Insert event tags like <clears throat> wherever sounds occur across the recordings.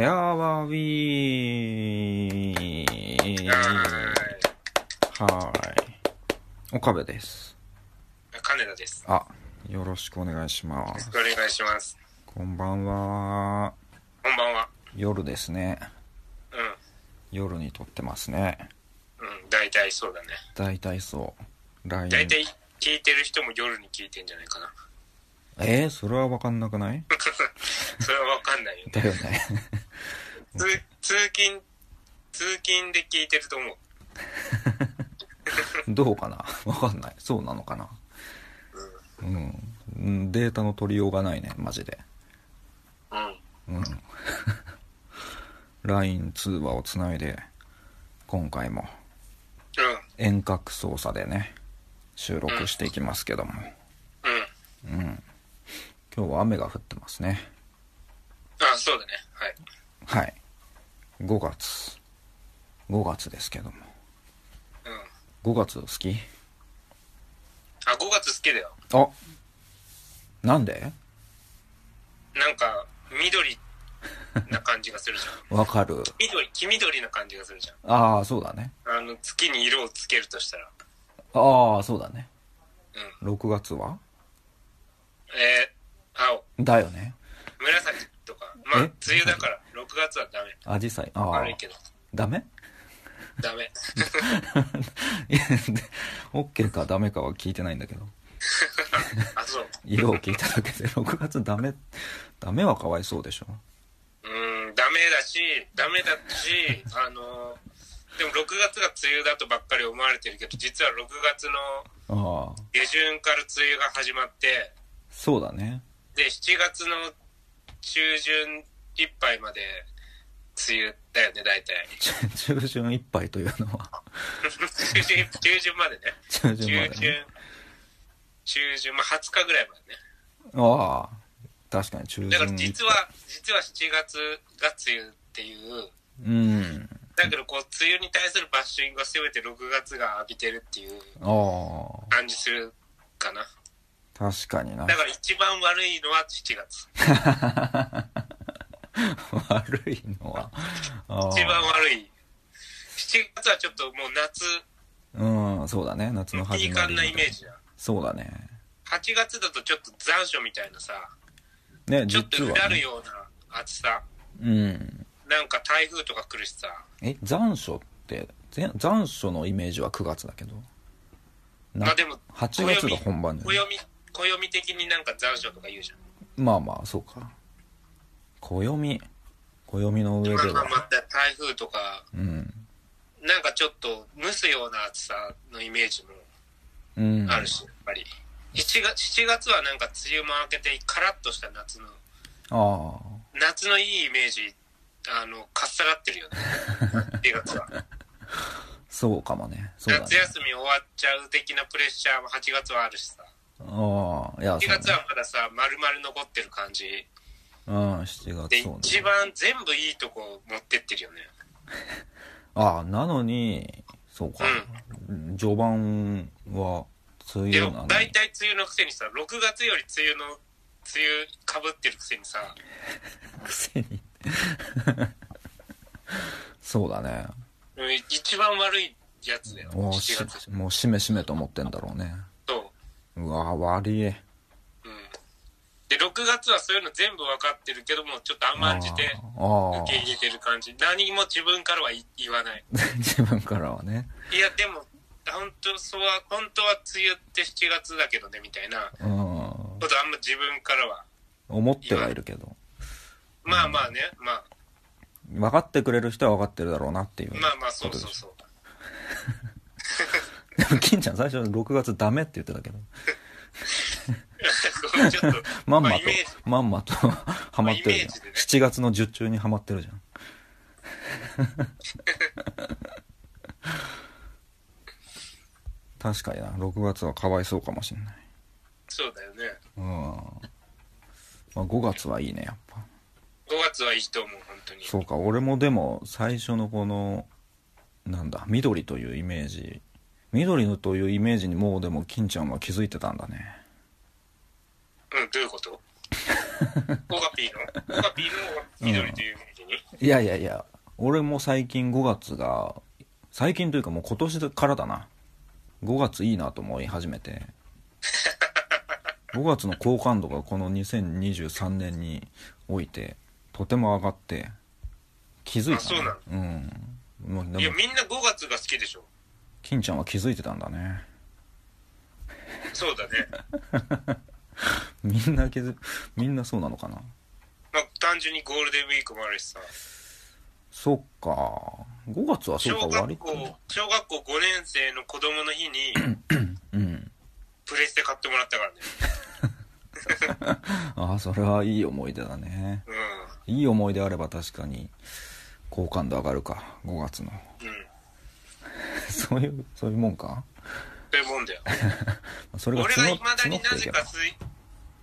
ウィーはーい。岡部です。金田です。あ、よろしくお願いしまよろしすく。お願いします。こんばんは。こんばんは。夜ですね。うん。夜に撮ってますね。うん。大体そうだね。大体そう。LINE。大体聞いてる人も夜に聞いてんじゃないかな。えー、それはわかんなくないそれはわかんないよね。だよね。 <laughs> 通、通勤、通勤で聞いてると思う。どうかなわかんない。そうなのかなうんうん。データの取りようがないね、マジで。うん。うん。うん。LINE 通話をつないで、今回も遠隔操作でね、収録していきますけども。うん。うん。今日は雨が降ってますね。あ、そうだね。ははい。い。5月。5月ですけども。うん。 5月好きあ、5月好きだよ。あなんでなんか、緑な感じがする <laughs> じゃん。わかる。緑、黄緑な感じがするじゃん。ああ、そうだね。あの、月に色をつけるとしたら。ああ、そうだね。う6月はん。えー、青、だよね。紫とか。まあ、え梅雨だから、6月はダメ。アジサイ。ああ悪い、けど。ダメ <laughs> ダメ。いやで ?OK かダメかは聞いてないんだけど。あ、そう。色を聞いただけで6月ダメ、ダメはかわいそうでしょ。うーん、ダメだし、ダメだ <laughs> し、あの、でも6月が梅雨だとばっかり思われてるけど、実は6月のああ、下旬から梅雨が始まって、そうだね。 <laughs> で、7月の中旬いっぱいまで梅雨だよね、大体。 <laughs> 中中旬いっぱいというのは、中旬、中旬までね。中 <laughs> 中旬まで、旬ね。、中旬、まあ20日ぐらいまでね。ああ、確かに中旬いだっぱかいら実は、実は7月が梅雨っていう、うん。だけどこう、梅雨に対するバッシングはせめて6月が浴びてるっていうああ、感じするかな。確かになだ。から一番悪いのは7月。 <laughs> 悪いのは。ああ一番悪い。7月はちょっともう夏、うん、そうだね。夏のピ始ーまカりンみたないイメージだ。そうだね。 8月だとちょっと残暑みたいなさ、ね、ちょっと実うは、だるね。ような暑さ。うん。なんか台風とか来るしさ。え、残暑って、ぜ残暑のイメージは9月だけど。なまあでも、 8月が本番だよね。暦、暦的になんか残暑とか言うじゃん。まあまあ、そうか。暦。暦の上でまあまあまは。た台風とか、うん。なんかちょっと蒸すような暑さのイメージもうん。あるし、やっぱり。7月 ,7 月はなんか梅雨も明けてカラッとした夏のあ夏のいいイメージあのかっさらってるよ <laughs> ね7月は、あ、そうかもね。そうだね夏。休み終わっちゃう的なプレッシャーも8月はあるしさああ、いや、そ7う月ね。はまださ丸々残ってる感じうん、7で月そう一ね。番全部いいとこ持ってってるよねああ、なのに、そうか。序盤は、梅で雨なもの大に。体梅雨のくせにさ6月より梅雨の梅雨かぶってるくせにさくせに。 <laughs> そうだね。うん一番悪いやつだよもうし7月、もうしめしめと思ってんだろうね。とうわ、悪い。うんで6月はそういうの全部分かってるけどもちょっと甘んじてああ受け入れてる感じ何も自分からは言言わない <laughs> 自分からはね。いやでも本当そうは本当は梅雨って7月だけどねみたいなうん。ことあんま自分からは思ってはいるけど。まあまあねまあ分かってくれる人は分かってるだろうなっていう。まあまあそうことそでうしそうょ。でも、 <laughs> 金ちゃん最初6月ダメって言ってたけど。 <laughs> ちょっと <laughs> まんまあとイメージ、まんまとハマってるじゃんまあイメージで。ね7月の受注にハマってるじゃん。確かにな、6月はかわいそうかもしれない。そうだよねうん。まあ、5月はいいね、やっぱ。 5月はいいと思う本当にそうか、俺もでも最初のこの、なんだ、緑というイメージ。緑のというイメージにもうでも金ちゃんは気づいてたんだね。 <laughs> うんどういうことオガピーのオガピーの緑というイメージにいやいやいや俺も最近5月が最近というかもう今年からだな5月いいなと思い始めて <laughs> 5月の好感度がこの2023年においてとても上がって気づいた、ね、あそうなのうんもういでや、もみんな5月が好きでしょ。金ちゃんは気づいてたんだねそうだね。みんな気づみんなそうなのかなまあ、単純にゴールデンウィークもあるしさ。そっか5月はそう小か割学と校、小学校5年生の子供の日に、うんプレステ買ってもらったからね。ああそれはいい思い出だねいい思い出あれば確かに好感度上がるか5月の <laughs> うん。うん。そういうそういうもんかそういう <laughs> もんだよ。それが俺募は未だ募にってないぜけかば水、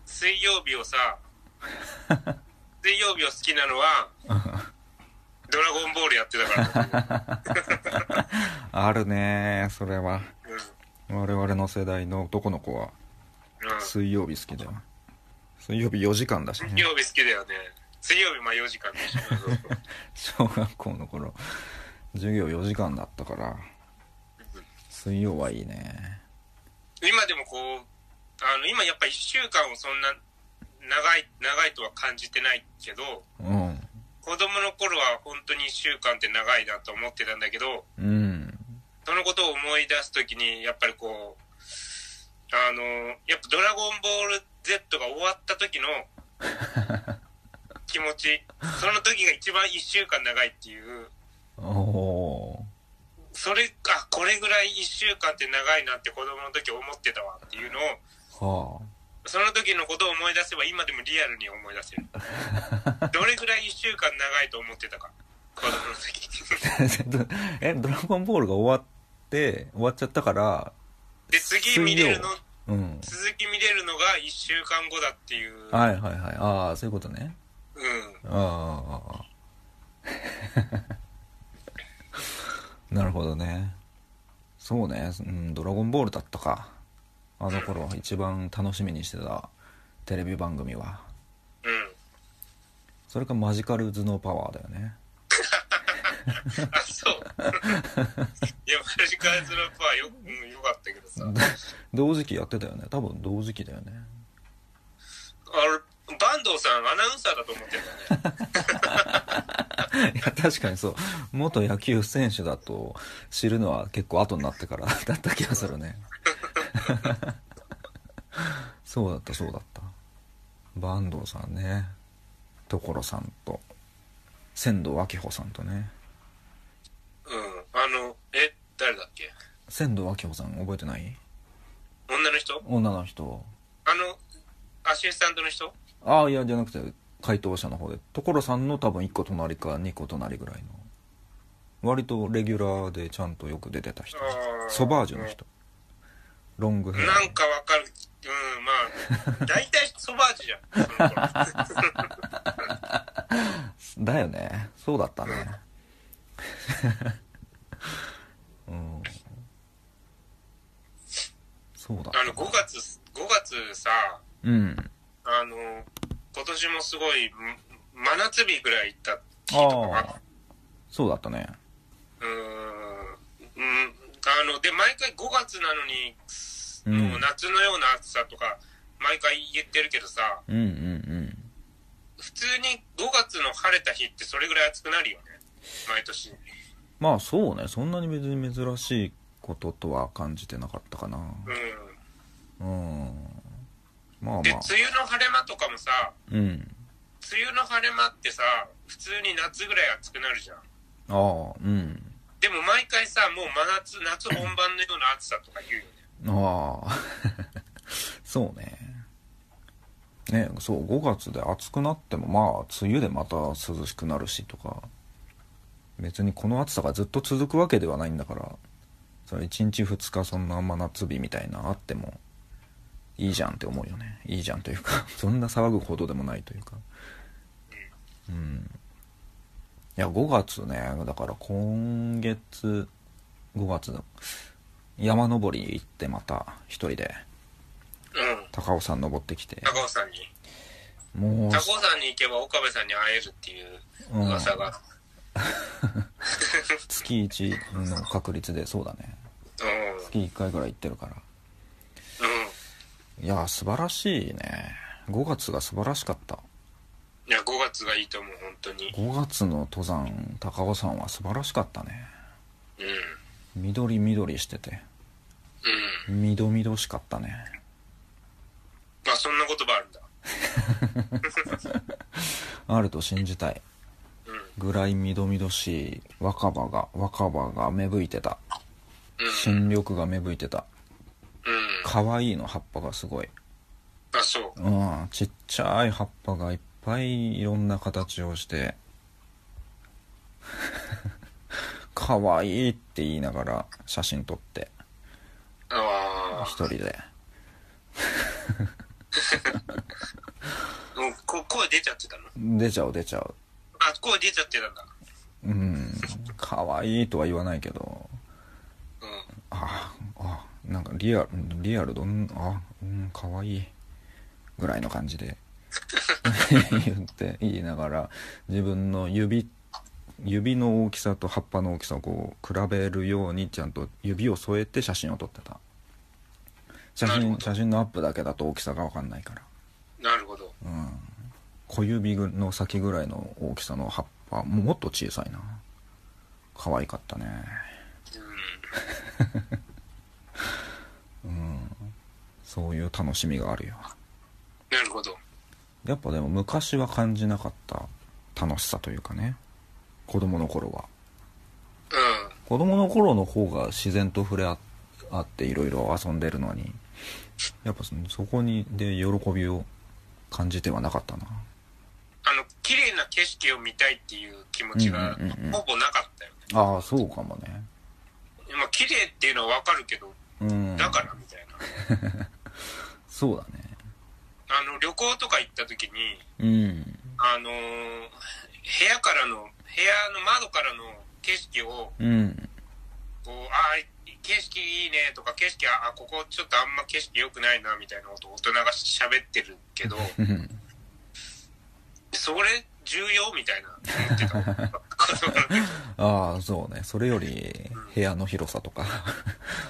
水曜 <laughs> 日をさ、水曜日を好きなのは、ドラゴンボールやって <laughs> たからだあるねそれはと思う。我々の世代の男の子はうん。うん。水曜日好きだよ水曜日4時間だし水ね曜日好きだよね。水曜日まあ4時間でしょ。そうそう小学校の頃授業4時間だったから水曜はいいね今でもこうあの今やっぱ1週間をそんな長い長いとは感じてないけどうん子供の頃は本当に1週間って長いなと思ってたんだけどうんそのことを思い出す時にやっぱりこうあのやっぱ「ドラゴンボール Z」が終わった時の気持ちその時が一番1週間長いっていうおおそれあこれぐらい1週間って長いなって子供の時思ってたわっていうのをーはあ <laughs> その時のことを思い出せば今でもリアルに思い出せるどれぐらい1週間長いと思ってたか子供の時え、ドラゴンボールが終わって、終わっちゃったから、で次見れるのうん。続き見れるのが1週間後だっていう、はいはいはい。ああ、そういうことね。うんああ。なるほどね。そうね、うん、ドラゴンボールだったか。あの頃、一番楽しみにしてたテレビ番組は。うんそれかマジカル頭脳パワーだよね。あそういやマジカルズラッパーよ,、うん、よかったけどさ同時期やってたよね。多分同時期だよね。あれ坂東さんアナウンサーだと思ってんだよねいや確かにそう元野球選手だと知るのは結構後になってから <laughs> だった気がするね <laughs> そうだったそうだった坂東さんね所さんと仙道明穂さんとねうんあのえ誰だっけ仙道明穂さん覚えてない女の人女の人あのアシスタントの人ああいやじゃなくて回答者の方で所さんの多分1個隣か2個隣ぐらいの割とレギュラーでちゃんとよく出てた人あーソバージュの人ロングヘアなんかわかる。うん、ま <laughs> あ、大体そば味じゃん。その頃だよねそうだったね <laughs> うんそうだあの、5月、5月さ、うんあの、今年もすごい、ん真夏日ぐらい行った日とかあがあ、そうだったねうーん、うん、あの、で、毎回5月なのに、うんもう夏のような暑さとか、毎回言ってるけどさ、うんうんうん普通に5月の晴れた日ってそれぐらい暑くなるよね。毎年。うん。まあそうねそんなに別に珍しいこととは感じてなかったかなうんまあまで、あ梅雨の晴れ間とかもさ、うん梅雨の晴れ間ってさ普通に夏ぐらい暑くなるじゃんああうんでも毎回さもう真夏夏本番のような暑さとか言うよあねあ <laughs> そうねねそう5月で暑くなってもまあ梅雨でまた涼しくなるしとか別にこの暑さがずっと続くわけではないんだからそれ1日2日そんな真夏日みたいなあってもいいじゃんって思うよねいいじゃんというか <laughs> そんな騒ぐほどでもないというかうんいや5月ねだから今月5月だ山登り行ってまた一人でうん高尾山登ってきて高尾さんにもうタコさんに行けば岡部さんに会えるっていううん噂が、月1の確率でそうだねうん、うん、月1回ぐらい行ってるからいや素晴らしいね5月が素晴らしかったいや、5月がいいと思う、本当に。 5月の登山高尾山は素晴らしかったねうん。うん。緑緑しててみどみどしかったねまあ、そんな言葉あるんだ。あると信じたいうん。うん。ぐらいみどみどしい若葉が若葉が芽吹いてた新緑が芽吹いてたうん。可愛いの葉っぱがすごいあ、そう。うんちっちゃい葉っぱがいっぱいいろんな形をして <laughs> 可愛いって言いながら写真撮ってあ一人であ。もうこ、声出ちゃってたの出ちゃう出ちゃうあ、声出ちゃってたんだ。うん可愛いとは言わないけどうん。ああなんかリアルリアルどんあうん可愛いぐらいの感じで <laughs> 言って言いながら自分の指指の大きさと葉っぱの大きさをこう比べるようにちゃんと指を添えて写真を撮ってた写なる真ほど写真のアップだけだと大きさが分かんないから、なるほど。うん、小指の先ぐらいの大きさの葉っぱもうもっと小さいな可愛かったねうん。そういう楽しみがあるよなるほど。やっぱでも昔は感じなかった楽しさというかね子供の頃はうん。子供の頃の方が自然と触れ合合っていろいろ遊んでるのにやっぱそのそこにで喜びを感じてはなかったなあの、綺麗な景色を見たいっていう気持ちがうんうんうんうん、ほぼなかったよね。ああそうかもねまあ、綺麗っていうのはわかるけど、うんだからみたいな。そうだねあの、旅行とか行った時に、うんあのー部屋からの、部屋の窓からの景色を、うんこう、あー景色いいねとか、景色、あ、あここちょっとあんま景色良くないなみたいなことを大人が喋ってるけ <laughs> ど、うんそれ重要みたいな思 <laughs> ってた。子供の時ああそうねそれより部屋の広さとか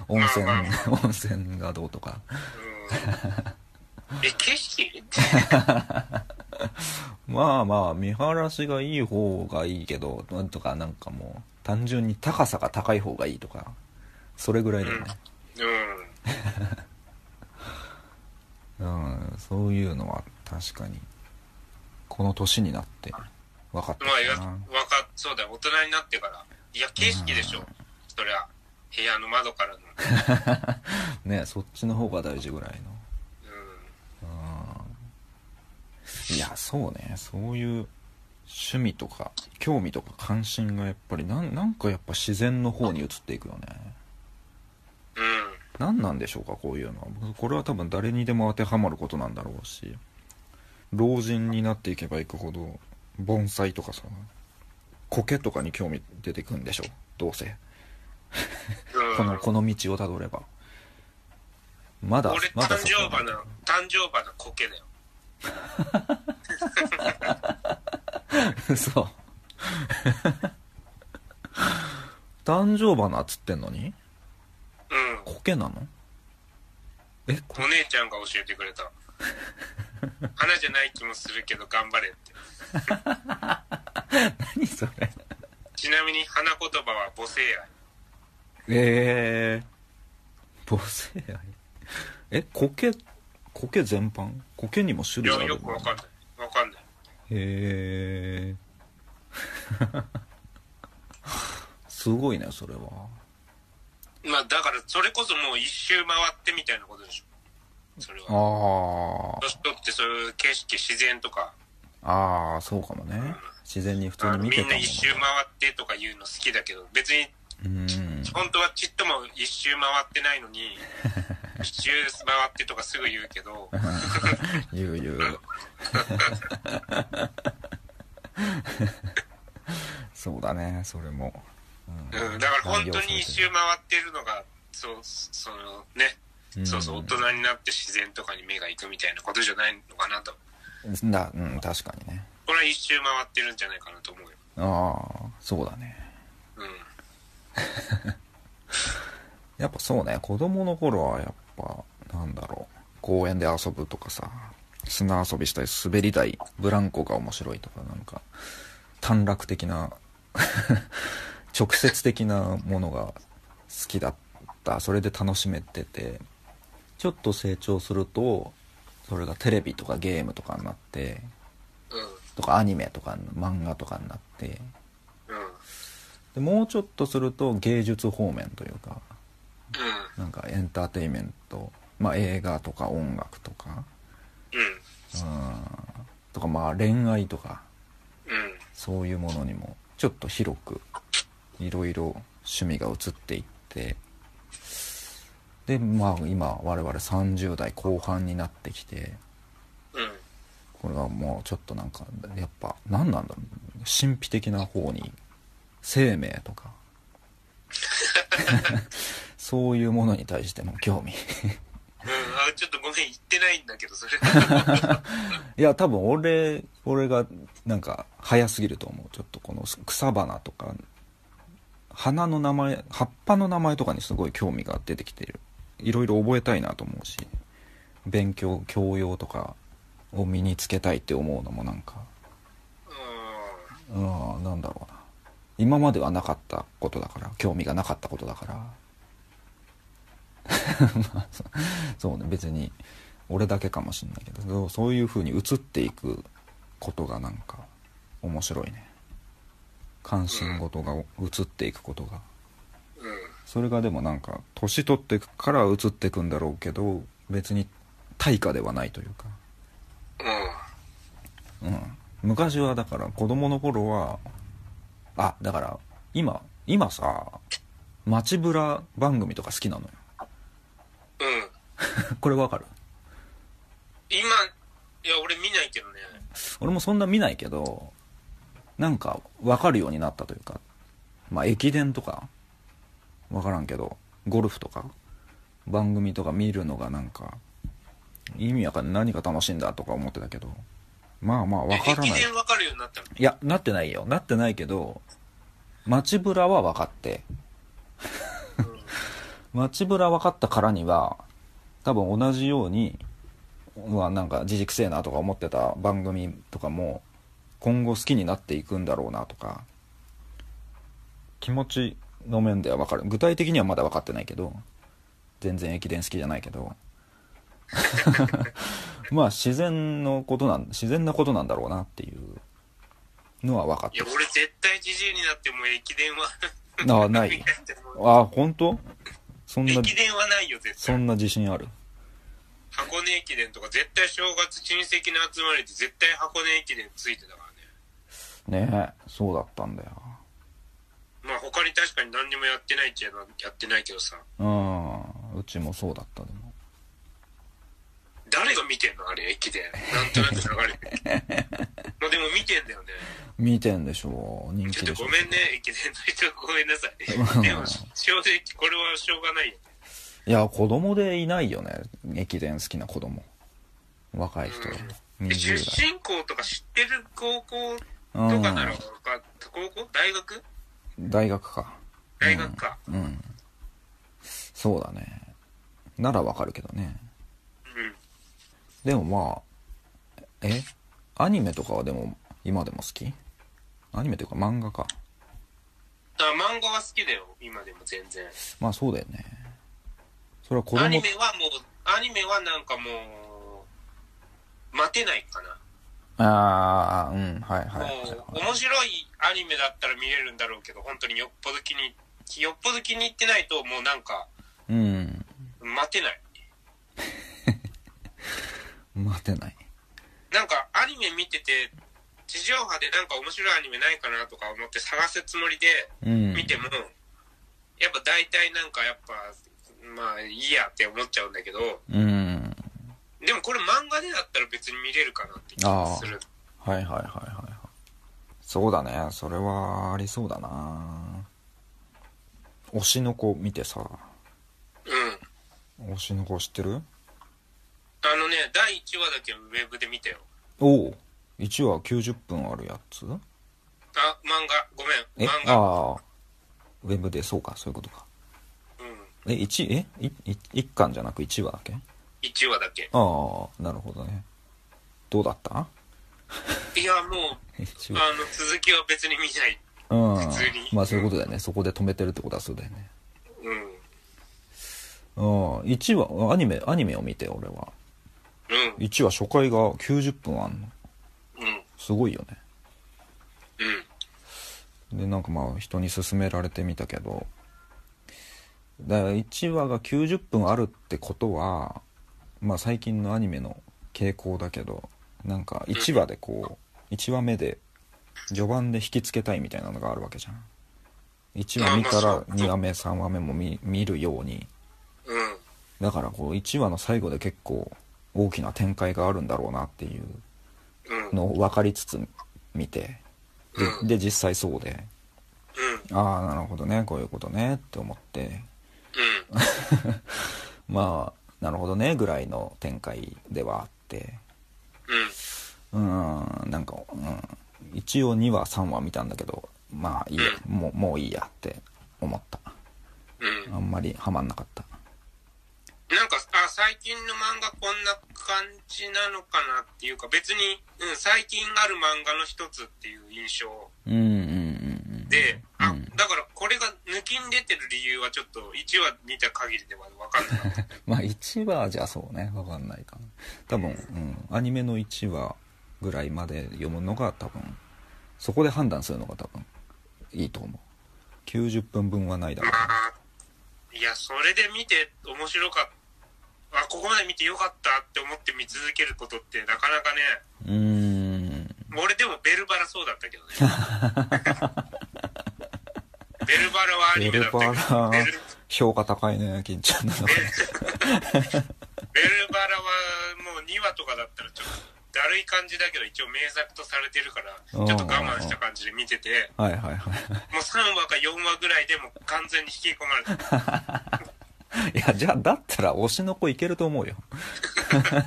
温泉まあま温泉がどうとかうんえ、景色ってまあまあ見晴らしがいい方がいいけどなんとかなんかもう単純に高さが高い方がいいとかそれぐらいだよね、うん。うんそういうのは確かにこの年になって分かってまあ、きやたな、わかっ、そうだよ。大人になってから。いや、景色でしょ。そりゃ、部屋の窓からの。ねそっちの方が大事ぐらいのういやそうねそういう趣味とか興味とか関心がやっぱりなんなんかやっぱ自然の方に移っていくよねん。うん。何なんでしょうかこういうのは僕これは多分誰にでも当てはまることなんだろうし老人になっていけばいくほど盆栽とかさ苔とかに興味出てくんでしょどうせうんこのこの道をたどればまだ俺、ま誕だ生そこ花、誕生花苔だよ。 <laughs> そう誕生花っつってんのにうん。苔なの <laughs> えこお姉ちゃんが教えてくれた。花じゃない気もするけど頑張れって。何それちなみに花言葉は母性愛。ええー、母性愛え苔苔全般苔にも種い類やがあ、るよくわかんない。わかんない。へえ <laughs> すごいねそれはまあだからそれこそもう一周回ってみたいなことでしょ。それは。あ年取ってそういう景色、自然とか、あああそうかもね自然に普通あにの見みてたもんんな一周回ってとか言うの好きだけど、別にうん本当はちっとも一周回ってない <laughs> のに、一周回ってとかすぐ言うけど、言う言う <laughs> そうだねそれも、うん、だから本当に一周回ってるのが、そう、そのね、んそうそう、大人になって自然とかに目が行くみたいなことじゃないのかなと。だうん確かにねこれは一周回ってるんじゃないかなと思うよ。ああそうだねうん。やっぱそうね子供の頃はやっぱなんだろう公園で遊ぶとかさ砂遊びしたり滑り台ブランコが面白いとかなんか短絡的な <laughs> 直接的なものが好きだったそれで楽しめててちょっと成長するとそれがテレビとかゲームとかになってうん。とかアニメとか漫画とかになってうん。うん。でもうちょっとすると芸術方面というかなんかエンターテインメント、まあ、映画とか音楽とかうん。うんとかまあ恋愛とかうん。そういうものにもちょっと広くいろいろ趣味が移っていってでまあ今我々30代後半になってきてうん。これはもうちょっとなんかやっぱ何なんだろう神秘的な方に生命とかそういうものに対しての興味うん。あ、ちょっとごめん、言ってないんだけど、それ。 <laughs> いや多分俺俺がなんか早すぎると思うちょっとこの草花とか花の名前葉っぱの名前とかにすごい興味が出てきてるいろいろ覚えたいなと思うし勉強教養とかを身につけたいって思うのもなんかううんなんだろうな今まではなかったことだから興味がなかったことだから <laughs> まあそそうね別に俺だけかもしんないけどそうそういう風に移っていくことがなんか面白いね関心事が移っていくことがん。うん。それがでもなんか年取ってくから移っていくんだろうけど別に対価ではないというかうん。うん、昔はだから子供の頃はあだから今今さ街ブラ番組とか好きなのよ <laughs> うん。これわかる今、いや、俺見ないけどね。俺もそんな見ないけどなんかわかるようになったというかまあ駅伝とかわからんけどゴルフとか番組とか見るのがなんか意味わかんない何が楽しいんだとか思ってたけどまあまあわからない駅伝わかるようになったの。いや、なってないよ。なってないけど、街ブラは分かって。街ブラ分かったからには、多分同じように、うわ、なんか、自軸せえなとか思ってた番組とかも、今後好きになっていくんだろうなとか、気持ちの面では分かる。具体的にはまだ分かってないけど、全然駅伝好きじゃないけど、まあ自然のことなん、自然なことなんだろうなっていうのは分かっいてや、俺絶対じじいになっても駅伝は。あ <laughs> ない見なくてもあ、本当そんな、駅伝はないよ、絶そ対。んな自信ある。箱根駅伝とか、絶対正月親戚の集まりで絶対箱根駅伝ついてたからね。ねえ、そうだったんだよ。まあ他に確かに何にもやってないっちゃやってないけどさ。うん、うちもそうだったでも。誰が見てんのあれ、駅伝。なんとなく流れてる。 <laughs> まあでも見てんだよね。見てんでしょう、人気ちょっとでしょご。めんね、駅伝の人ごめんなさうんい。でも、正直これはしょうがないよね。いや、子供でいないよね、駅伝好きな子供。若い人、で出20代。身校とか知ってる高校とかならうわかっ高校大学ん、大学か。大学か。うん。そうだね。ならわかるけどね。うん。でもまあ、えアニメとかはでも、今でも好きアニメというか漫画か。あ、漫画は好きだよ、今でも全然。まあそうだよね。それは子アニ供メ、はもう、アニメはなんかもう、待てないかな。ああ、うん、はいはいはいもうはい。面白いアニメだったら見れるんだろうけど本当によっぽど気によっぽど気に入ってないともうなんかうん、待てない待てない。なんかアニメ見てて地上波でなんか面白いアニメないかなとか思って探すつもりでうん。見ても、やっぱ大体なんかやっぱまあいいやって思っちゃうんだけどうん。でもこれ漫画でだったら別に見れるかなって気がするはいはいはいはいはい。そうだね、それはありそうだな。推しの子見てさ、うん推しの子知ってるあのね第1話だけウェブで見たよおお1話90分あるやつあ、漫画、ごめえん、漫画。ああウェブでそうかそういうことかうん。え一えいい一巻じゃなく1話だけあ1話だけ。あなるほどねどうだった <laughs> いや、もう、一あ話の、続きは別に見ない。うん普通にまあそういうことだよねそこで止めてるってことはそうだよねうん。ううん。ん1話アニメアニメを見て俺は1話初回が90分あんのうん。すごいよねうん。でなんかまあ人に勧められてみたけどだから1話が90分あるってことはまあ最近のアニメの傾向だけどなんか1話でこう1話目で序盤で引きつけたいみたいなのがあるわけじゃん1話見たまあまらあそう2話目3話目も見見るようにうん。だからこう1話の最後で結構大きな展開があるんだろうなっていううん。うん。のを分かりつつ見てうんでで実際そうでうん。ああなるほどねこういうことねって思ってまあなるほどねぐらいの展開ではあってうん。うーんなんか、うん、一応2話3話見たんだけどまあいいやもうもういいやって思ったうん。あんまりハマんなかったなんか、あ、最近の漫画こんな感じなのかなっていうか、別に、うん、最近ある漫画の一つっていう印象うんうんうんで、うんあ、うんだからこれが抜きに出てる理由はちょっと1話見た限りではわかんない。まあ1話じゃそうね分かんないかな多分、うん、アニメの1話ぐらいまで読むのが多分そこで判断するのが多分いいと思う90分分はないだまろうなあ、いや、それで見て面白かった。あ、ここまで見てよかったって思って見続けることってなかなかね、うーん俺でもベルバラそうだったけどね。 <laughs> ベルバラはアニメだったけどベルバラ、ベル評価高いね金ちゃんなのベルバラはもう2話とかだったらちょっとだるい感じだけど一応名作とされてるからちょっと我慢した感じで見てて <laughs> はいはいはもう3話か4話ぐらいでもう完全に引き込まれたいいやじゃあだったら推しの子いけると思うよいやえー、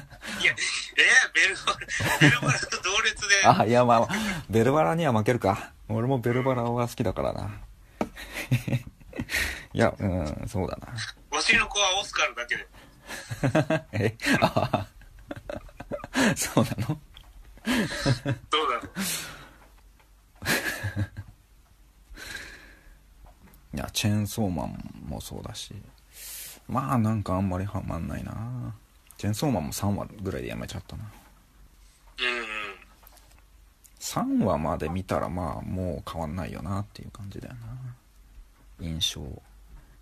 ベルバラベルバラと同列であいやまあまあベルバラには負けるか俺もベルバラは好きだからな <laughs> いやうんそうだな推しの子はオスカルだけで <laughs> えああ <laughs> そうなのどうだろういやチェーンソーマンもそうだしまあなんかあんまりはまんないなチェーンソーマンも3話ぐらいでやめちゃったなうんうん3話まで見たらまあもう変わんないよなっていう感じだよな印象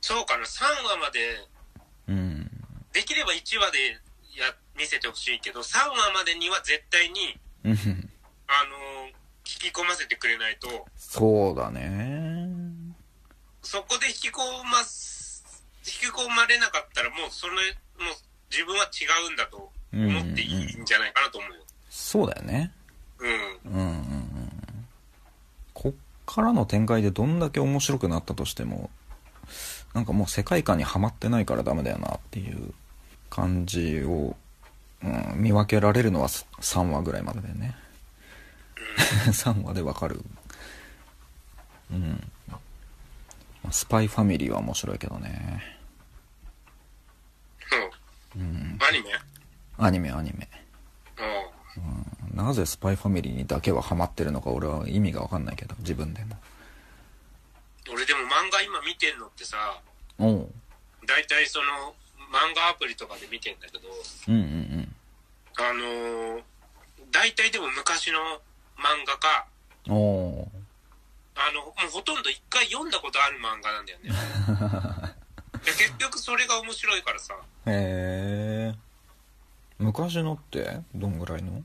そうかな3話までうんできれば1話でや見せてほしいけど3話までには絶対にうんあのー引き込ませてくれないとそうだねそこで引き込ます、引き込まれなかったらもうそれ、もう自分は違うんだと思っていいんじゃないかなと思うよ。そうだよねうん。うんうんうんこっからの展開でどんだけ面白くなったとしてもなんかもう世界観にはまってないからダメだよなっていう感じを、うん、見分けられるのは3話ぐらいまでだよね <laughs> 3話でわかるうんまあスパイファミリーは面白いけどねうん。アニメアニメアニメうなぜスパイファミリーにだけはハマってるのか俺は意味がわかんないけど自分でもん。俺でも漫画今見てんのってさ、おうだいたいその漫画アプリとかで見てんだけど、うんうんうんあのー、だいたいでも昔の漫画か、おおあの、もうほとんど一回読んだことある漫画なんだ <laughs> よね。いや結局それが面白いからさ、へえ昔のってどんぐらいの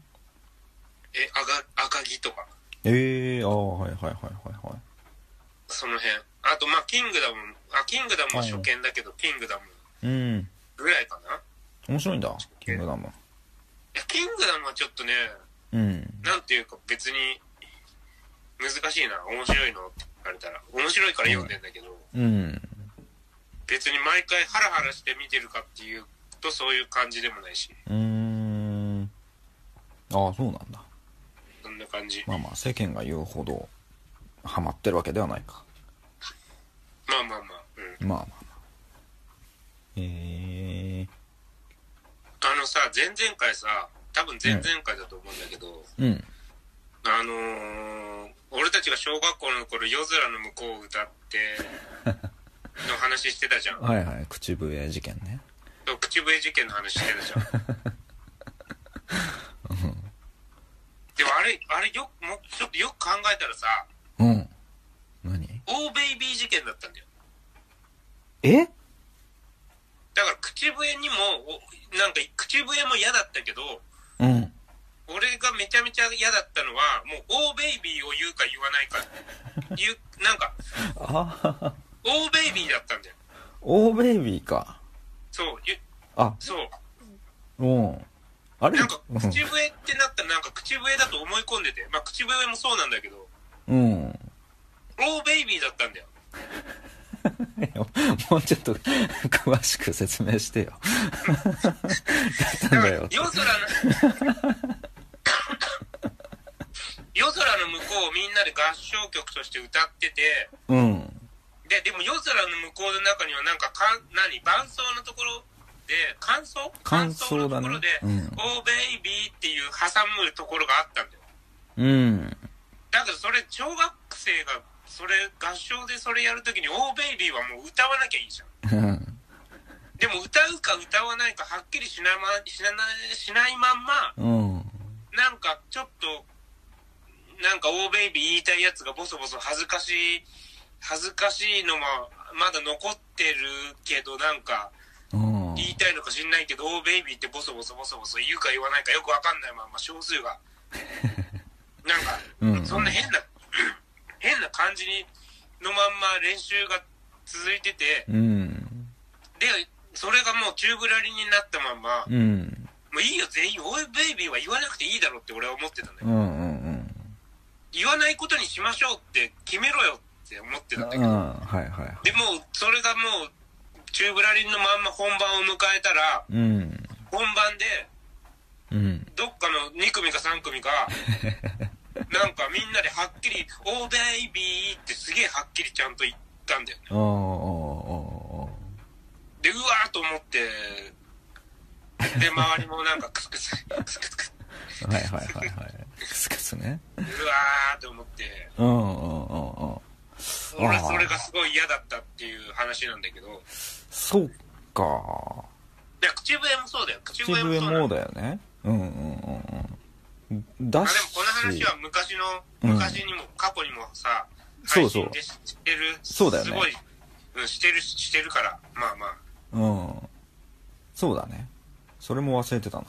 え、あが、赤木とか。ええああはいはいはいはいはいその辺。あと、まあ、キングダム、あ、キングダムは初見だけど、キングダムうんぐらいかな。い面白いんだキングダムや、キングダムはちょっとね、うんなんていうか別に、難しいな、面白いのって言われたら。面白いから読んでんだけど、うん別に毎回ハラハラして見てるかっていうと、そういう感じでもないし。うーんああそうなんだそんな感じ。まあまあ世間が言うほどハマってるわけではないかまあまあまあ。うん。まあまあまあえあのさ、前々回さ、多分前々回だと思うんだけど、ー、うんあのー、俺たちが小学校の頃、夜空の向こうを歌って、の話してたじゃん。はいはい口笛事件ね口笛事件の話してたじゃん。でもあれ、あれよ、もうちょっとよく考えたらさ、うん何オーベイビー事件だったんだよ。えだから口笛にも、おなんか口笛も嫌だったけど、うん俺がめちゃめちゃ嫌だったのは、もう、オーベイビーを言うか言わないか、 <laughs> 言う、なんか、あオーベイビーだったんだよ。オーベイビーかそう、ゆあそう。うんあれなんか、うん口笛ってなったらなんか口笛だと思い込んでて、まあ口笛もそうなんだけど、うんオーベイビーだったんだよ。もうちょっと詳しく説明してよだったんだよ夜空の、夜空の向こうをみんなで合唱曲として歌ってて、うんで、でも夜空の向こうの中にはなんか、かん何伴奏のところで、感想間奏だねのところで、うんオーベイビーっていう挟むところがあったんだよ。うんだけどそれ、小学生が、それ、合唱でそれやるときに、オーベイビーはもう歌わなきゃいいじゃん。うんでも歌うか歌わないかはっきりしないま、しなないしないまんま、うんなんかちょっと、なんかオーベイビー言いたいやつがボソボソ恥ずかしい、恥ずかしいのもまだ残ってるけど、なんかうん言いたいのか知んないけど、オーベイビーってボソボソボソボソ言うか言わないかよくわかんないまんま少数 <laughs> が、なんか、うんそんな変な、 <clears throat> 変な感じにのまんま練習が続いてて、うんで、それがもう宙ぶらりんになったまんま、うんもういいよ、全員、おい、ベイビーは言わなくていいだろうって俺は思ってたんだうんうよ。ん言わないことにしましょうって決めろよって思ってたんだけうんうど。んはいはいはでも、それがもう、宙ぶらりんのまんま本番を迎えたら、いうん本番で、うんどっかの2組か3組か、なんかみんなではっきり、おーベイビーってすげえはっきりちゃんと言ったんだよね。ああああああで、うわーと思って、で、周りもなんかクスクス、クスクスクス、はいはいはいはい。クスクスね。うわーと思って、うんうんうんうん。俺はあーそれがすごい嫌だったっていう話なんだけど、いそうか。や、口笛もそうだよ。口口笛も笛そうだもよ。だよね。うんうんうんうん。だあでしも、この話は昔の、うん昔にも過去にもさ、そうそう配信で知ってる、そうだよねすごい、うん、してる、してるから、まあまあ。うん。そうだね。それも忘れてたな。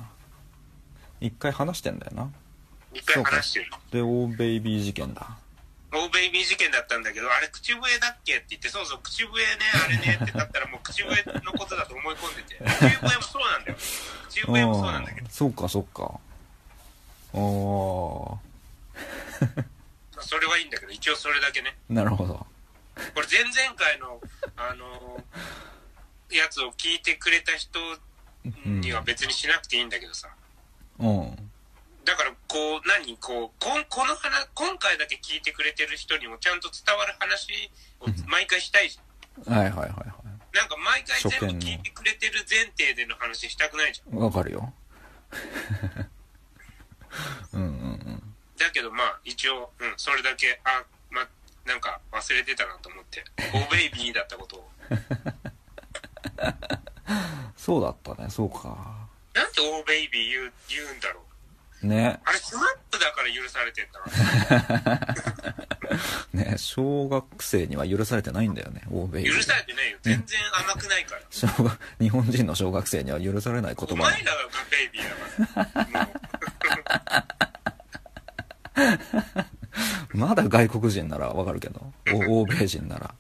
一回話してんだよな。一回話してる。で、オーベイビー事件だ。オーベイビー事件だったんだけど、あれ口笛だっけって言って、そうそう、口笛ね、あれね <laughs> ってなったらもう口笛のことだと思い込んでて。口笛もそうなんだよ。口笛もそうなんだけど、そうかそうか。ああ、それはいいんだけど、一応それだけね。なるほど。これ前々回の、あのーやつを聞いてくれた人うんには別にしなくていいんだけどさ。うん。だから、こう、何こう、こん、この話、今回だけ聞いてくれてる人にもちゃんと伝わる話を毎回したいじゃん。はいはいはいはなんか毎回全部初見の聞いてくれてる前提での話したくないじゃん。い。わかるよ。 <laughs> うんうんうん。だけどまあ、一応、うん、それだけ、あ、ま、なんか忘れてたなと <laughs> 思って。オベイビーだったことを。そうだったね、そうか。なんでオベイビー言う、言うんだろう。ね。あれ、スマップだから許されてんだわ。ね、小学生には許されてないんだよね、欧米許されてないよ。全然甘くないから。小学日本人の小学生には許されないお言葉前らがベイビーだ <laughs> から。もうまだ外国人ならわかるけどお欧米人なら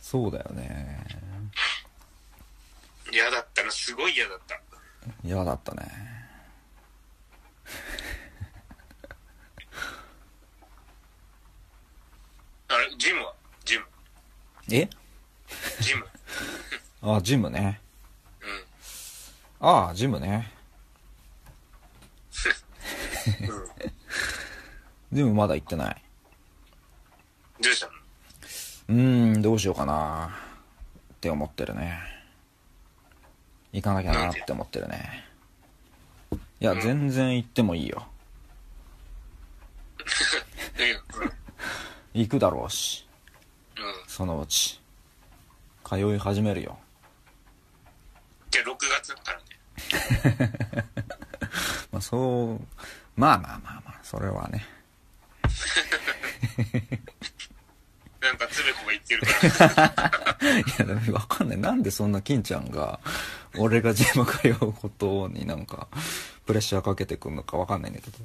そうだよねうん嫌だったな、すごい嫌だった。嫌だったねあれ、ジムはジム。えジム。あジムねうん。ああ、ジムね。うん。ジムまだ行ってない。どうしたのうーん、どうしようかなって思ってるね。行かなきゃなって思ってるね。いや、全然行ってもいいよ。えうんうん行くだろうし、そのうち。通い始めるよ。じゃあ6月だからね。まあ、そう、まあまあまあまあ、それはね。 <laughs> なんかつべこが言ってるから。いや、でもわかんない。なんでそんな金ちゃんが、俺がジム通うことになんか、プレッシャーかけてくんのかわかんないんだけど。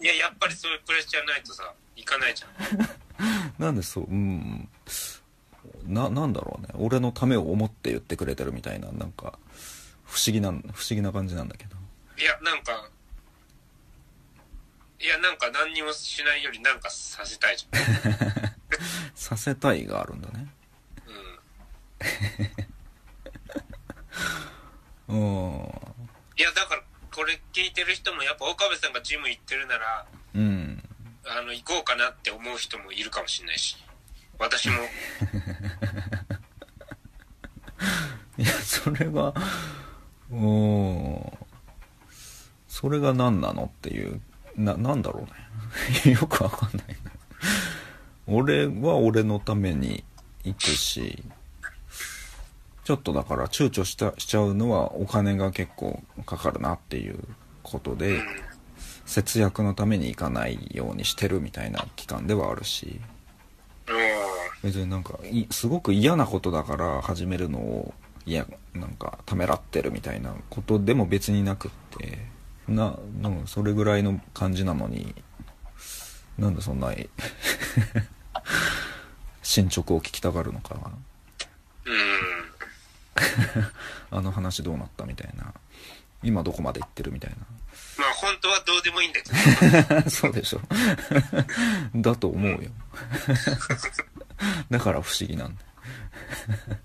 いや、やっぱりそういうプレッシャーないとさ、行かないじゃん。なんでそう、うん。な、なんだろうね。俺のためを思って言ってくれてるみたいな、なんか、不思議な、不思議な感じなんだけど。いや、なんか、いや、なんか何にもしないよりなんかさせたいじゃん。させたいがあるんだね。うん。ういや、だから、これ聞いてる人も、やっぱ岡部さんがジム行ってるなら、ん。うん。あの、行こうかなって思う人もいるかもしれないし。私も。いや、それが、うん。それが何なのっていう、な、なんだろうね。よ <laughs> くわかんないな。俺は俺のために行くし、ちょっとだから躊躇した、しちゃうのはお金が結構かかるなっていうことうで、ん。節約のために行かないようにしてるみたいな期間ではあるし。うん別になんかいすごく嫌なことだから始めるのをいやなんかためらってるみたいなことでも別になくってななんかそれぐらいの感じなのになんでそんな <laughs> 進捗を聞きたがるのかなうん。あの話どうなったみたいな今どこまで行ってるみたいまあ、本当はどうでもいいんだけど。な <laughs> そうでしょだと思うよ <laughs> だから不思議なんだ <laughs>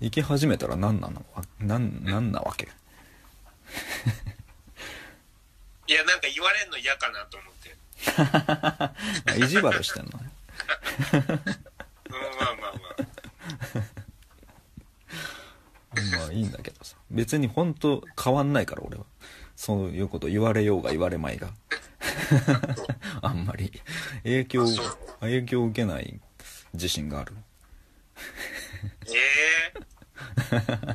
行き始めたら何なのわなんなんなわけいや、なんか言われんの嫌かなと思って。あ意地悪してんのねうん、まあまあま <laughs> あ。まあいいんだけどさ別に本当変わんないから俺はそういうこと言われようが言われまいが <laughs> あんまり影響あそう影響を受けない自信があるええ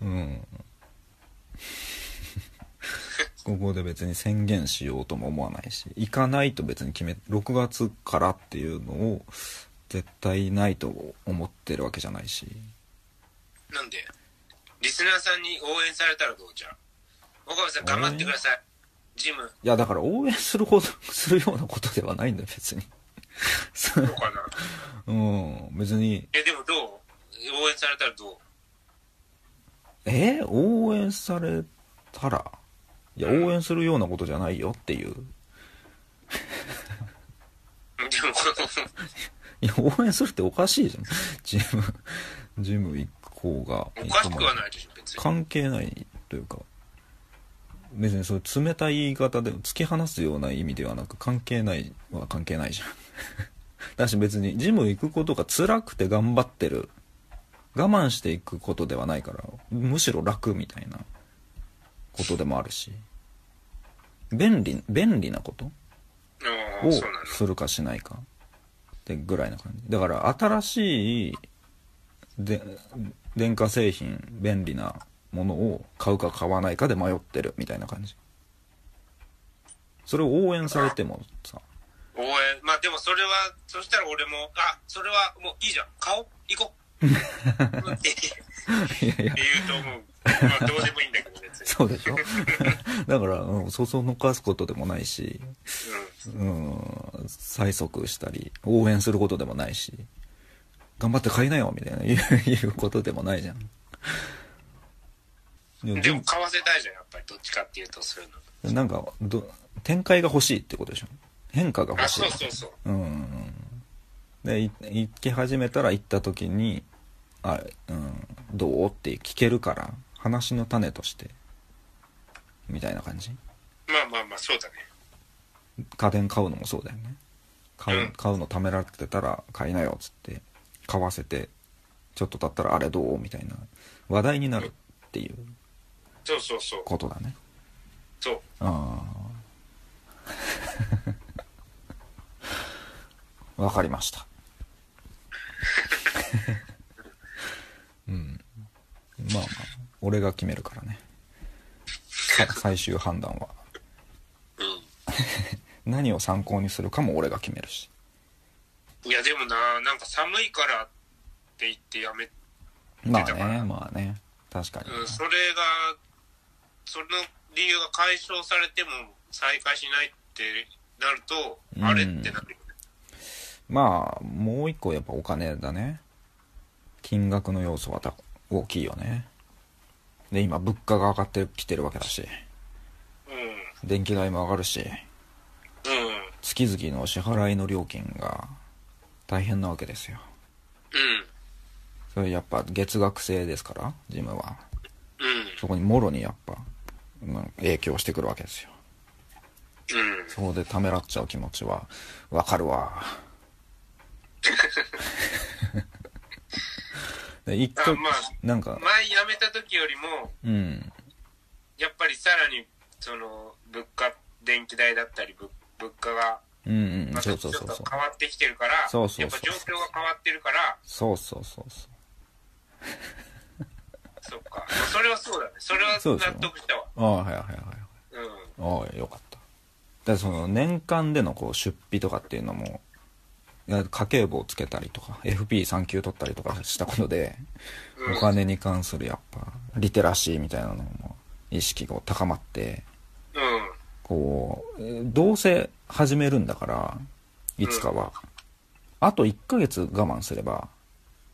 うん。ここで別に宣言しようとも思わないし、行かないと別に決め、6月からっていうのを絶対ないと思ってるわけじゃないし。なんでリスナーさんに応援されたらどうじゃん岡部さん頑張ってください。ジム、いや、だから応援するほど、するようなことではないんだよ、別に。 <laughs> そどうかなううん、別に、え、でもどう応援されたらどうえ応援されたら、いや、応援するようなことじゃないよっていう。でも、いや、応援するっておかしいじゃん。ジム、ジム行こうが。おかしくはないでしょ、別に。関係ないというか別にそう冷たい言い方で突き放すような意味ではなく関係ないは関係ないじゃん <laughs> だし別にジム行くことが辛くて頑張ってる我慢していくことではないからむしろ楽みたいなことでもあるし便利便利なことああ、をそうなの。するかしないかってぐらいな感じだから新しいで電化製品便利なものを買うか買わないかで迷ってるみたいな感じそれを応援されても <laughs> さ応援、まあでもそれは、そしたら俺も、あ、それはもういいじゃん。買おう。行こ <laughs> う。っていやいや言うと <laughs> 思う。まあどうでもいいんだけど、別に。そうでしょ <laughs> だから、うん、そそのかすことでもないし、うん、催促したり応援することでもないし頑張って買いなよみたいな言う <laughs> 言うことでもないじゃんいうん。やでも買わせたいじゃん、やっぱり。どっちかっていうと、そういうの。なんかど展開が欲しいってことでしょ変化があ、欲しいそうそうそう。うんうんうんでい行き始めたら行った時にあ、うん、どうって聞けるから話の種としてみたいな感じまあまあまあ、そうだね。家電買うのもそうだよね買うんう買うのためらってたら買いなよっつって買わせてちょっと経ったらあれどうみたいな話題になるっていうそうそうそう。ことだねそう。ああ <laughs> わかりました <laughs> うんまあまあ俺が決めるからねさ最終判断はう何を参考にするかも俺が決めるしん。いや、でもな、なんか寒いからって言ってやめ、まあ出たかねらまあね確かに、うん、それが、その理由が解消されても再開しないってなると、うんあれってなるよね。まあもう一個やっぱお金だね金額の要素はた大きいよねで今物価が上がってきてるわけだし電気代も上がるしうん。うん。月々の支払いの料金が大変なわけですよそれやっぱ月額制ですからジムはうん。うん。そこにもろにやっぱ、うん、影響してくるわけですようん。そこでためらっちゃう気持ちはわかる <laughs> わで一回あまあなんか前辞めた時よりも、うんやっぱりさらに、その、物価、電気代だったり、物物価が、うんうんまたそちょうっそとうそうそう変わってきてるから、そうそうそうやっぱ状況が変わってるから、そうそうそうそうそっか。それはそうだね。それはそうですよ納得したわ。ああはいはいはいはいうん。ああよかったでその年間でのこう出費とかっていうのもいや家計簿をつけたりとか FP3 級取ったりとかしたことでうんお金に関するやっぱリテラシーみたいなのも意識が高まってうん。こうえーどうせ始めるんだからいつかは、あと1ヶ月我慢すれば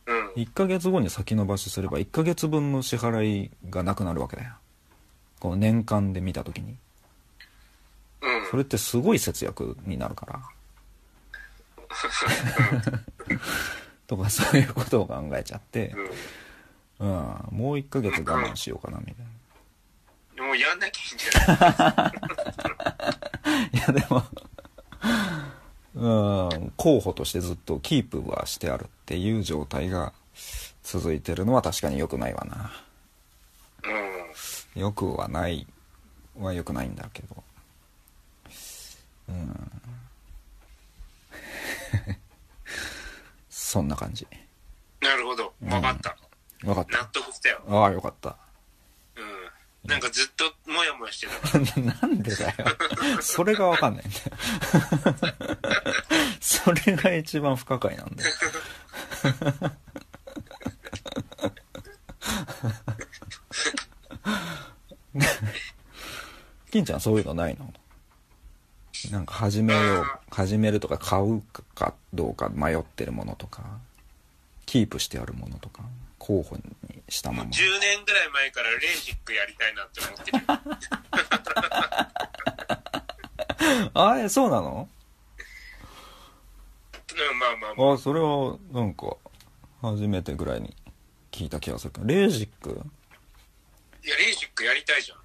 うん。 1ヶ月後に先延ばしすれば1ヶ月分の支払いがなくなるわけだよこう年間で見た時にうん。それってすごい節約になるからとかそういうことを考えちゃって、ううん、もう1ヶ月我慢しようかなみたいん。もうやんなきゃいいんじゃないないやでもうん候補としてずっとキープはしてあるっていう状態が続いてるのは確かに良くないわなうん。良くはないは良くないんだけどうん <laughs> そんな感じなるほど。わかった。分かった納得したよ。ああよかった <laughs> うん。なんかずっともやもやしてたなかんでだよそれが分かんないんだよ <laughs> それが一番不可解なんだよ <laughs> 金ちゃんそういうのないのなんか始めよう始めるとか買うかどうか迷ってるものとかキープしてあるものとか候補にしたら。まもうま10年ぐらい前からレーシックやりたいなって <laughs> 思ってる。あえそうなのうん、まあまあまあ。あそれはなんか初めてぐらいに聞いた気がするけどレージックいや、レーシックやりたいじゃん。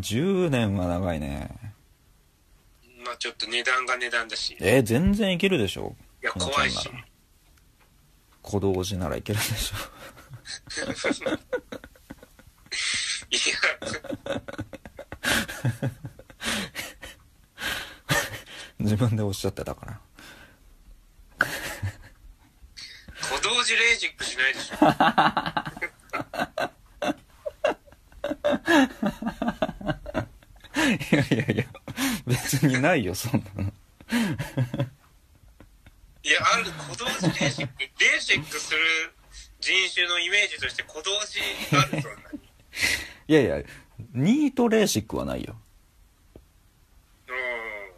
10年は長いねまあちょっと値段が値段だし。いえー全然いけるでしょや、この怖いちしゃん。なら小道寺ならいけるでしょい <laughs> 自分でおっしゃってたからや、小道寺レーシックしないでしょ。いやいやいや別にないよそんなのいや、ある、小道寺レーシック、レーシックする人種のイメージとして小道寺あるとはない。いやいやニートレーシックはないよ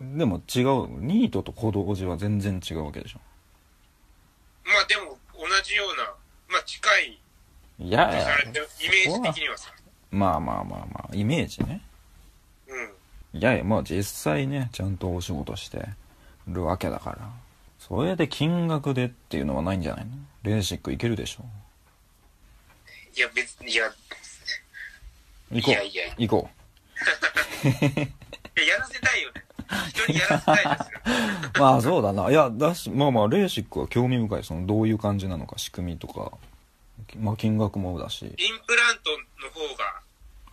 うん。でも違うニートと小道寺は全然違うわけでしょまあでも、同じような、まあ近いいやといやされてる、イメージ的にはさ。まあまあまあまあイメージねうん。いやいや、まあ実際ね、ちゃんとお仕事してるわけだから。それで金額でっていうのはないんじゃないのレーシックいけるでしょ。いや、別に、いや、行こういやいや行こいややらせたいよね。人にやらせたい <laughs> ですよ。うまあそうだないやだしまあまあレーシックは興味深いそのどういう感じなのか仕組みとかまあ金額もだしインプラントの方が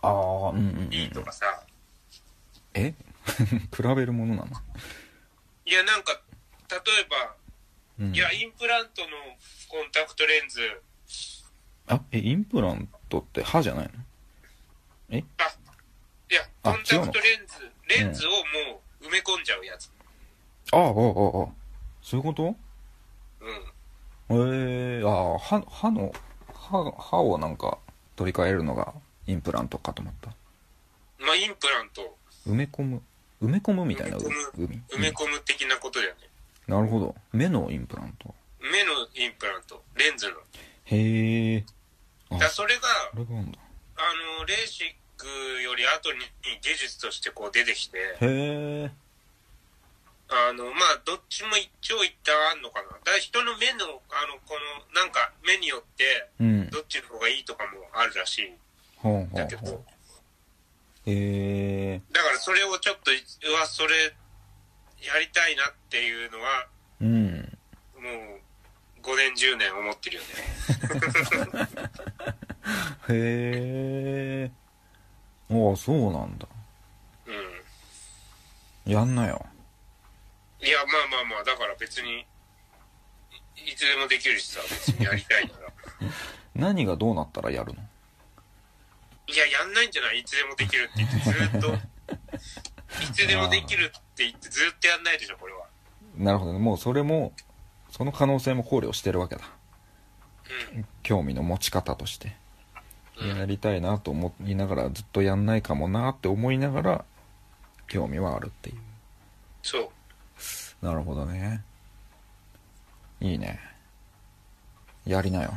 ああうんうん、うん、いいとかさ、え <laughs> 比べるものなの、いや、なんか、例えば、うん、いや、インプラントのコンタクトレンズ、あえインプラントって歯じゃないのあ、いや、コあンタクトレンズ、違うのレンズをもう埋め込んじゃうやつ。ああああああそういうことうん。ええああ歯歯の歯歯をなんか取り替えるのがインプラントかと思ったまあ、インプラント、埋め込む埋め込むみたいな埋め込海埋め込む的なことだよね。なるほど目のインプラント目のインプラント、レンズの。へえあだからそれが、これがあんだあの、レーシックより後に技術としてこう出てきて、へえあの、まあ、どっちも一長一短あんのかな。だから人の目の、あの、この、なんか、目によって、うんどっちの方がいいとかもあるらしいんほうほだうけほうど、へえだからそれをちょっと、うわ、それ、やりたいなっていうのは、うんもう、5年、10年思ってるよね。へえああそうなんだうん。やんなよいや、まあまあまあ、だから別に、いいつでもできるしさ、別にやりたい <laughs> なら。何がどうなったらやるのいや、やんないんじゃないいつでもできるって言って、ずーっと。 <laughs> いつでもできるって言って、ずーっとやんないでしょ、これは。なるほどねもうそれもその可能性も考慮してるわけだ興味の持ち方としてうん。うんやりたいなと思いながらずっとやんないかもなって思いながら興味はあるっていそう。うなるほどねいいねやりなよ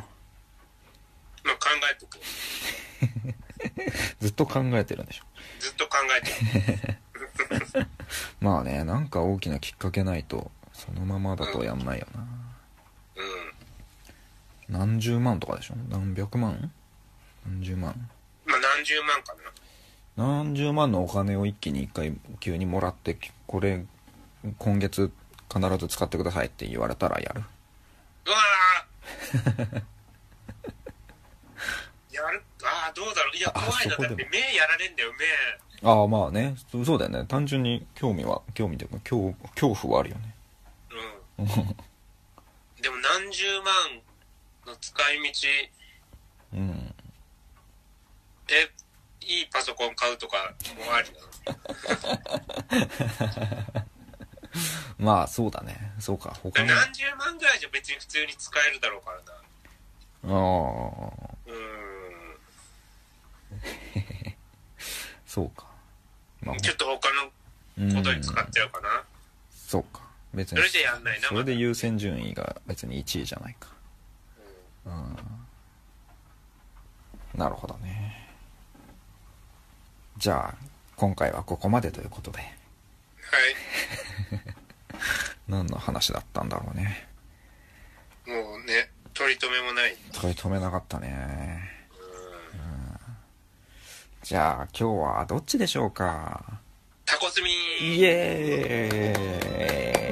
まあ、考えとく。ずっと考えてるんでしょずっと考えてる。まあねなんか大きなきっかけないとそのままだとやんないよなうん。何十万とかでしょ何百万何十万まあ、何十万かな。何十万のお金を一気に一回急にもらってこれ今月必ず使ってくださいって言われたらやるうわ <laughs> ーやるああ、どうだろう。いや、あ怖いな。そこだでっもて目やられんだよ、目。ああまあねそそうだよね単純に興味は興味というか恐恐怖はあるよねうん。でも何十万の使い道うんで、いいパソコン買うとかもありなの。まあそうだねそうか他のあ何十万ぐらいじゃ別に普通に使えるだろうからあな。うーん。そうかまあちょっと他のことに使っちゃうかな。そうか別そにれでやんないな、それで優先順位が別に1位じゃないかうんなるほどねじゃあ今回はここまでということで何の話だったんだろうねまだはい。もうね、取り留めもない。取り留めなかったねじゃあ今日はどっちでしょうかタコスミーイエーイ